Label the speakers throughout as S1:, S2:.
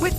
S1: With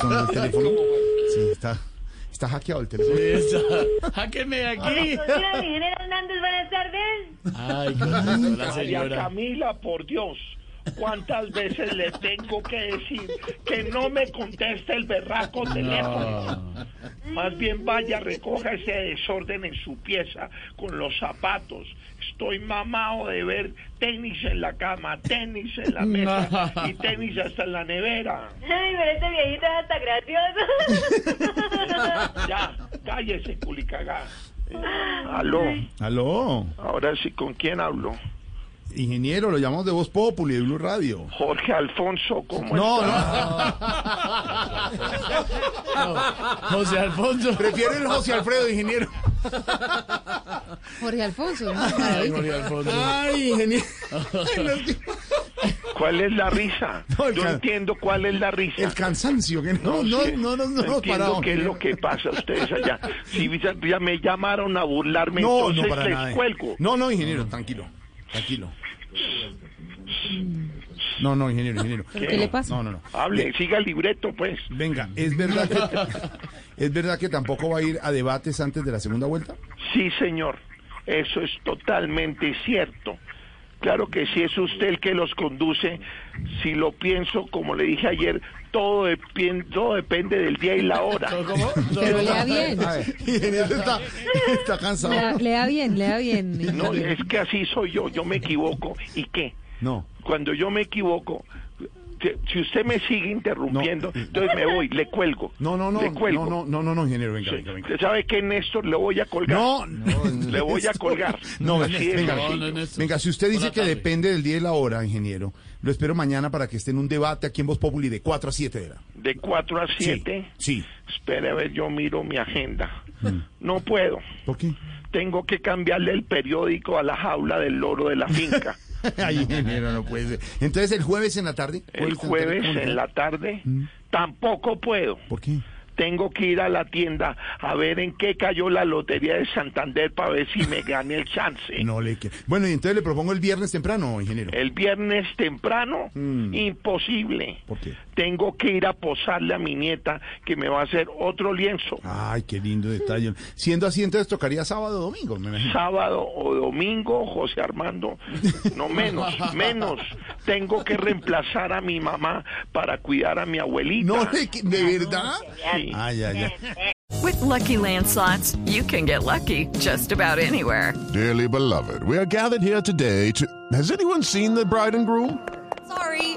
S2: Con el teléfono. Sí, está, está hackeado el teléfono.
S3: Háqueme aquí.
S4: Hola, Virgen Hernández, buenas tardes.
S3: Ay, qué bonito, la
S5: María
S3: señora.
S5: Camila, por Dios. ¿Cuántas veces le tengo que decir que no me conteste el berraco teléfono? Más bien vaya, recoja ese desorden en su pieza con los zapatos. Estoy mamado de ver tenis en la cama, tenis en la mesa y tenis hasta en la nevera.
S4: Ay, pero este viejito es hasta gracioso.
S5: Ya, cállese, culicagá. Eh, aló,
S2: Aló,
S5: ahora sí, ¿con quién hablo?
S2: ingeniero, lo llamamos de Voz Populi, de Blue Radio.
S5: Jorge Alfonso, ¿cómo
S2: No,
S5: está?
S2: no,
S3: José Alfonso.
S2: prefiero el José Alfredo, ingeniero.
S6: Jorge Alfonso.
S3: Ay, Jorge Alfonso.
S2: Ay, ingeniero.
S5: ¿Cuál es la risa?
S2: No, el
S5: Yo
S2: ca-
S5: entiendo cuál es la risa.
S2: El cansancio, que no, no,
S5: sé,
S2: no, no, no, nos
S5: entiendo
S2: paramos.
S5: qué es lo que pasa a ustedes allá. Si ya, ya me llamaron a burlarme,
S2: No,
S5: entonces
S2: no, para
S5: les
S2: nada.
S5: cuelgo.
S2: No, no, ingeniero, tranquilo, tranquilo. No, no, ingeniero, ingeniero.
S6: ¿Qué le pasa?
S2: No, no, no.
S5: Hable, siga el libreto, pues.
S2: Venga, ¿es verdad que, es verdad que tampoco va a ir a debates antes de la segunda vuelta?
S5: Sí, señor. Eso es totalmente cierto. Claro que si es usted el que los conduce, si lo pienso, como le dije ayer, todo, depien- todo depende del día y la hora.
S3: ¿Cómo?
S6: Pero lea bien.
S2: A ver, ingeniero está, está
S6: Lea,
S2: cansado.
S6: lea bien, lea bien.
S5: No, es que así soy yo, yo me equivoco. ¿Y qué?
S2: No.
S5: Cuando yo me equivoco, si- si usted me sigue interrumpiendo,
S2: No.
S5: entonces me voy, le cuelgo.
S2: No, no, no,
S5: Le cuelgo.
S2: no, no, no, no, no, ingeniero, venga,
S5: Sí.
S2: venga, venga.
S5: ¿Usted sabe qué, Néstor? Le voy a colgar.
S2: No, no,
S5: Le voy a
S2: Néstor.
S5: colgar.
S2: No,
S5: Así
S2: Néstor,
S5: es
S2: venga,
S5: sencillo.
S3: No, no, Néstor.
S2: Venga, si usted dice
S3: Buena
S2: que
S3: tarde.
S2: depende del día y la hora, ingeniero, lo espero mañana para que esté en un debate aquí en Voz Populi de 4 a 7 de la.
S5: De 4 a
S2: Sí,
S5: 7.
S2: sí. Mm.
S5: Espere a ver, yo miro mi agenda. No puedo.
S2: ¿Por qué?
S5: Tengo que cambiarle el periódico a la jaula del loro de la finca.
S2: Ay, ingeniero, no puede ser. Entonces, el ¿eh? Mm. jueves en la tarde.
S5: El
S2: en la tarde,
S5: jueves
S2: ¿cómo le
S5: en
S2: va?
S5: la tarde tampoco puedo.
S2: ¿Por qué?
S5: Tengo que ir a la tienda a ver en qué cayó la lotería de Santander para ver si me gané el chance.
S2: No le que- Bueno, y entonces le propongo el viernes temprano, ingeniero.
S5: El viernes temprano,
S2: Mm.
S5: imposible.
S2: ¿Por qué?
S5: Tengo que ir a posarle a mi nieta que me va a hacer otro lienzo.
S2: Ay, qué lindo detalle. Siendo así, entonces tocaría sábado o domingo, me imagino.
S5: Sábado o domingo, José Armando, no menos, menos. Tengo que reemplazar a mi mamá para cuidar a mi abuelita.
S2: No, le que- de verdad.
S5: Sí.
S2: Ay, ay, ay.
S1: With Lucky Land slots, you can get lucky just about anywhere.
S7: Dearly beloved, we are gathered here today to. Has anyone seen the bride and groom?
S8: Sorry,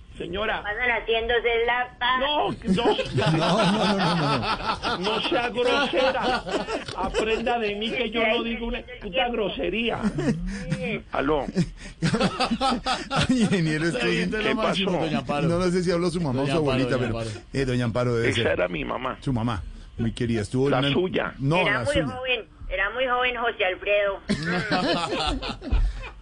S5: señora.
S4: pasan haciéndose la pa.
S5: No, no,
S2: No, no, no, no, no.
S5: no sea grosera. Aprenda de mí que yo no digo una puta grosería. Aló,
S2: Ay, ingeniero, es que-
S3: Esto es
S5: ¿Qué
S3: lo máximo,
S5: pasó?
S3: doña Paro.
S2: No, no sé si habló su mamá
S3: Doña
S2: o su abuelita,
S3: Amparo,
S2: pero
S3: doña
S2: eh, doña Amparo debe
S5: esa
S2: ser
S5: era mi mamá.
S2: su mamá. Muy querida, estuvo
S5: La
S2: en una-
S5: suya.
S2: No,
S4: era
S2: la
S4: muy
S2: suya.
S4: joven, era muy joven José Alfredo.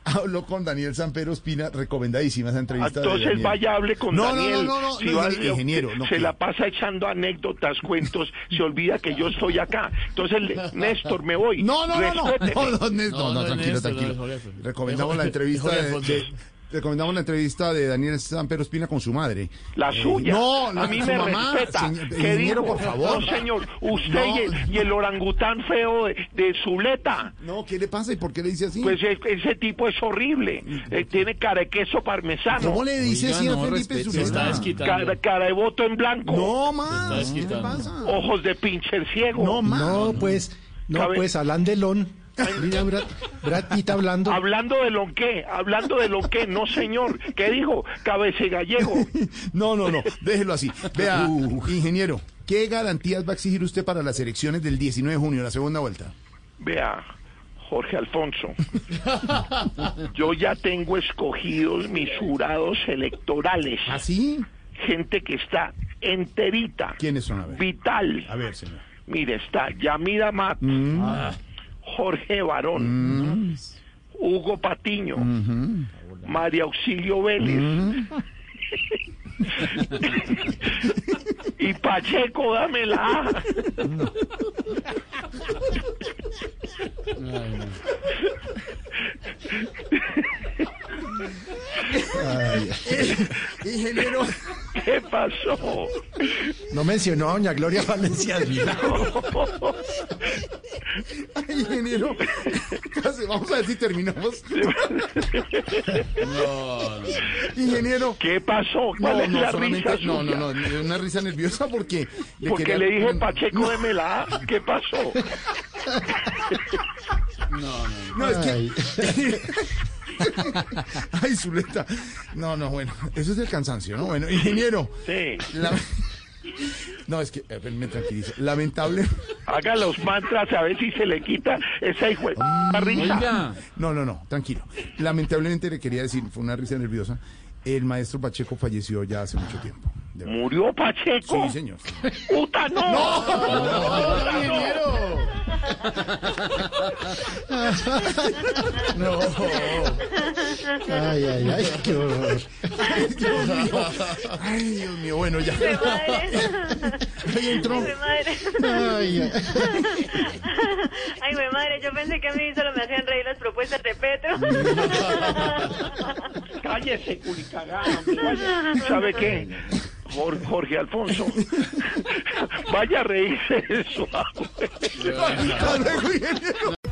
S2: Habló con Daniel Sampero Espina, recomendadísima esa entrevista. de
S5: Entonces
S2: Daniel.
S5: vaya, hable con
S2: No, no,
S5: Daniel.
S2: no, no, no,
S5: Si
S2: no,
S5: va-
S2: ingeniero, ingeniero, no,
S5: se
S2: que-
S5: la pasa echando anécdotas, cuentos, se olvida que yo estoy acá. Entonces, le- Néstor, me voy.
S2: No, no, no, no,
S5: Respéteme.
S2: no, no, Néstor, no,
S3: No,
S2: no,
S3: no,
S2: tranquilo,
S3: Néstor, no,
S2: tranquilo.
S3: Jorge Alfredo.
S2: recomendamos la
S3: Jorge-
S2: entrevista
S3: Jorge
S2: de,
S3: Alfonso.
S2: de- recomendamos la entrevista de Daniel Sampero Espina con su madre.
S5: La
S2: Eh,
S5: suya.
S2: No, la-
S5: a mí
S2: su
S5: me
S2: mamá,
S5: respeta.
S2: señor-
S5: ¿Qué
S2: ingeniero,
S5: digo?
S2: por favor.
S5: No, señor. Usted
S2: No.
S5: Y, el, y el orangután feo de, de Zuleta.
S2: No, ¿qué le pasa y por qué le dice así?
S5: Pues es- ese tipo es horrible. Eh, tiene cara de queso parmesano.
S2: ¿Cómo le dice
S3: Oiga,
S2: así
S3: no,
S2: a Felipe
S3: respete,
S2: Zuleta?
S3: se está
S5: Cara,
S3: desquitando.
S5: cara de voto en blanco.
S2: No, más.
S3: Se
S2: ¿Qué
S3: está
S2: le
S3: desquitando.
S2: pasa?
S5: Ojos de pinche ciego.
S2: No, más.
S9: No, pues, no,
S5: Cabe-
S9: pues, Alan Delon Mira, Brad, Brad Pitt hablando.
S5: Hablando de lo que, hablando de lo que, no señor, ¿qué dijo? Cabece gallego.
S2: No, no, no, déjelo así. Vea, ingeniero, ¿qué garantías va a exigir usted para las elecciones del 19 de junio, la segunda vuelta?
S5: Vea, Jorge Alfonso, yo ya tengo escogidos mis jurados electorales,
S2: ¿Ah, sí?
S5: gente que está enterita,
S2: ¿Quiénes son? A ver,
S5: vital.
S2: a ver, señor.
S5: Mire, está Yamida Mat,
S2: Mm.
S5: Jorge Barón, Hugo Patiño,
S2: Mm-hmm.
S5: María Auxilio Vélez. y Pacheco, dámela.
S9: Ingeniero.
S5: ¿Qué pasó?
S9: No mencionó a doña Gloria Valencia.
S2: Ay, ingeniero, casi- vamos a ver si terminamos. Ingeniero.
S5: ¿Qué pasó? ¿Cuál
S2: No,
S5: es
S2: no,
S5: la risa
S2: solamente, no,
S5: suya?
S2: no, no, una risa nerviosa porque... le
S5: Porque
S2: quería-
S5: le dije
S2: no,
S5: Pacheco de Melá, ¿qué pasó?
S2: No, es
S9: Ay.
S2: que... Ay, Zuleta. No, no, bueno, eso es el cansancio, ¿no? Bueno, ingeniero.
S5: Sí,
S2: la- No, es que, a ver, me tranquilizo. Lamentable...
S5: haga los mantras a ver si se le quita esa hijo de
S2: Mm.
S5: p- risa.
S3: Oiga,
S2: No, no, no, tranquilo. Lamentablemente le quería decir, fue una risa nerviosa, el maestro Pacheco falleció ya hace mucho tiempo. De verdad.
S5: ¿Murió Pacheco?
S2: Sí, señor.
S5: ¡Puta, no! ¡Puta, no!
S2: No.
S9: Ay, ay, ay, qué horror.
S2: Ay, Dios mío, bueno, ya.
S4: ¡Qué madre!
S2: Ahí entró.
S4: ¡Qué madre!
S9: Ay, ay.
S4: Ay, mi madre, yo pensé que a mí solo me hacían reír las propuestas de Petro.
S5: Cállese, culicagá, hombre, vaya. ¿Sabe qué? Por Jorge Alfonso, vaya a reírse de su
S2: Hasta luego, ingeniero.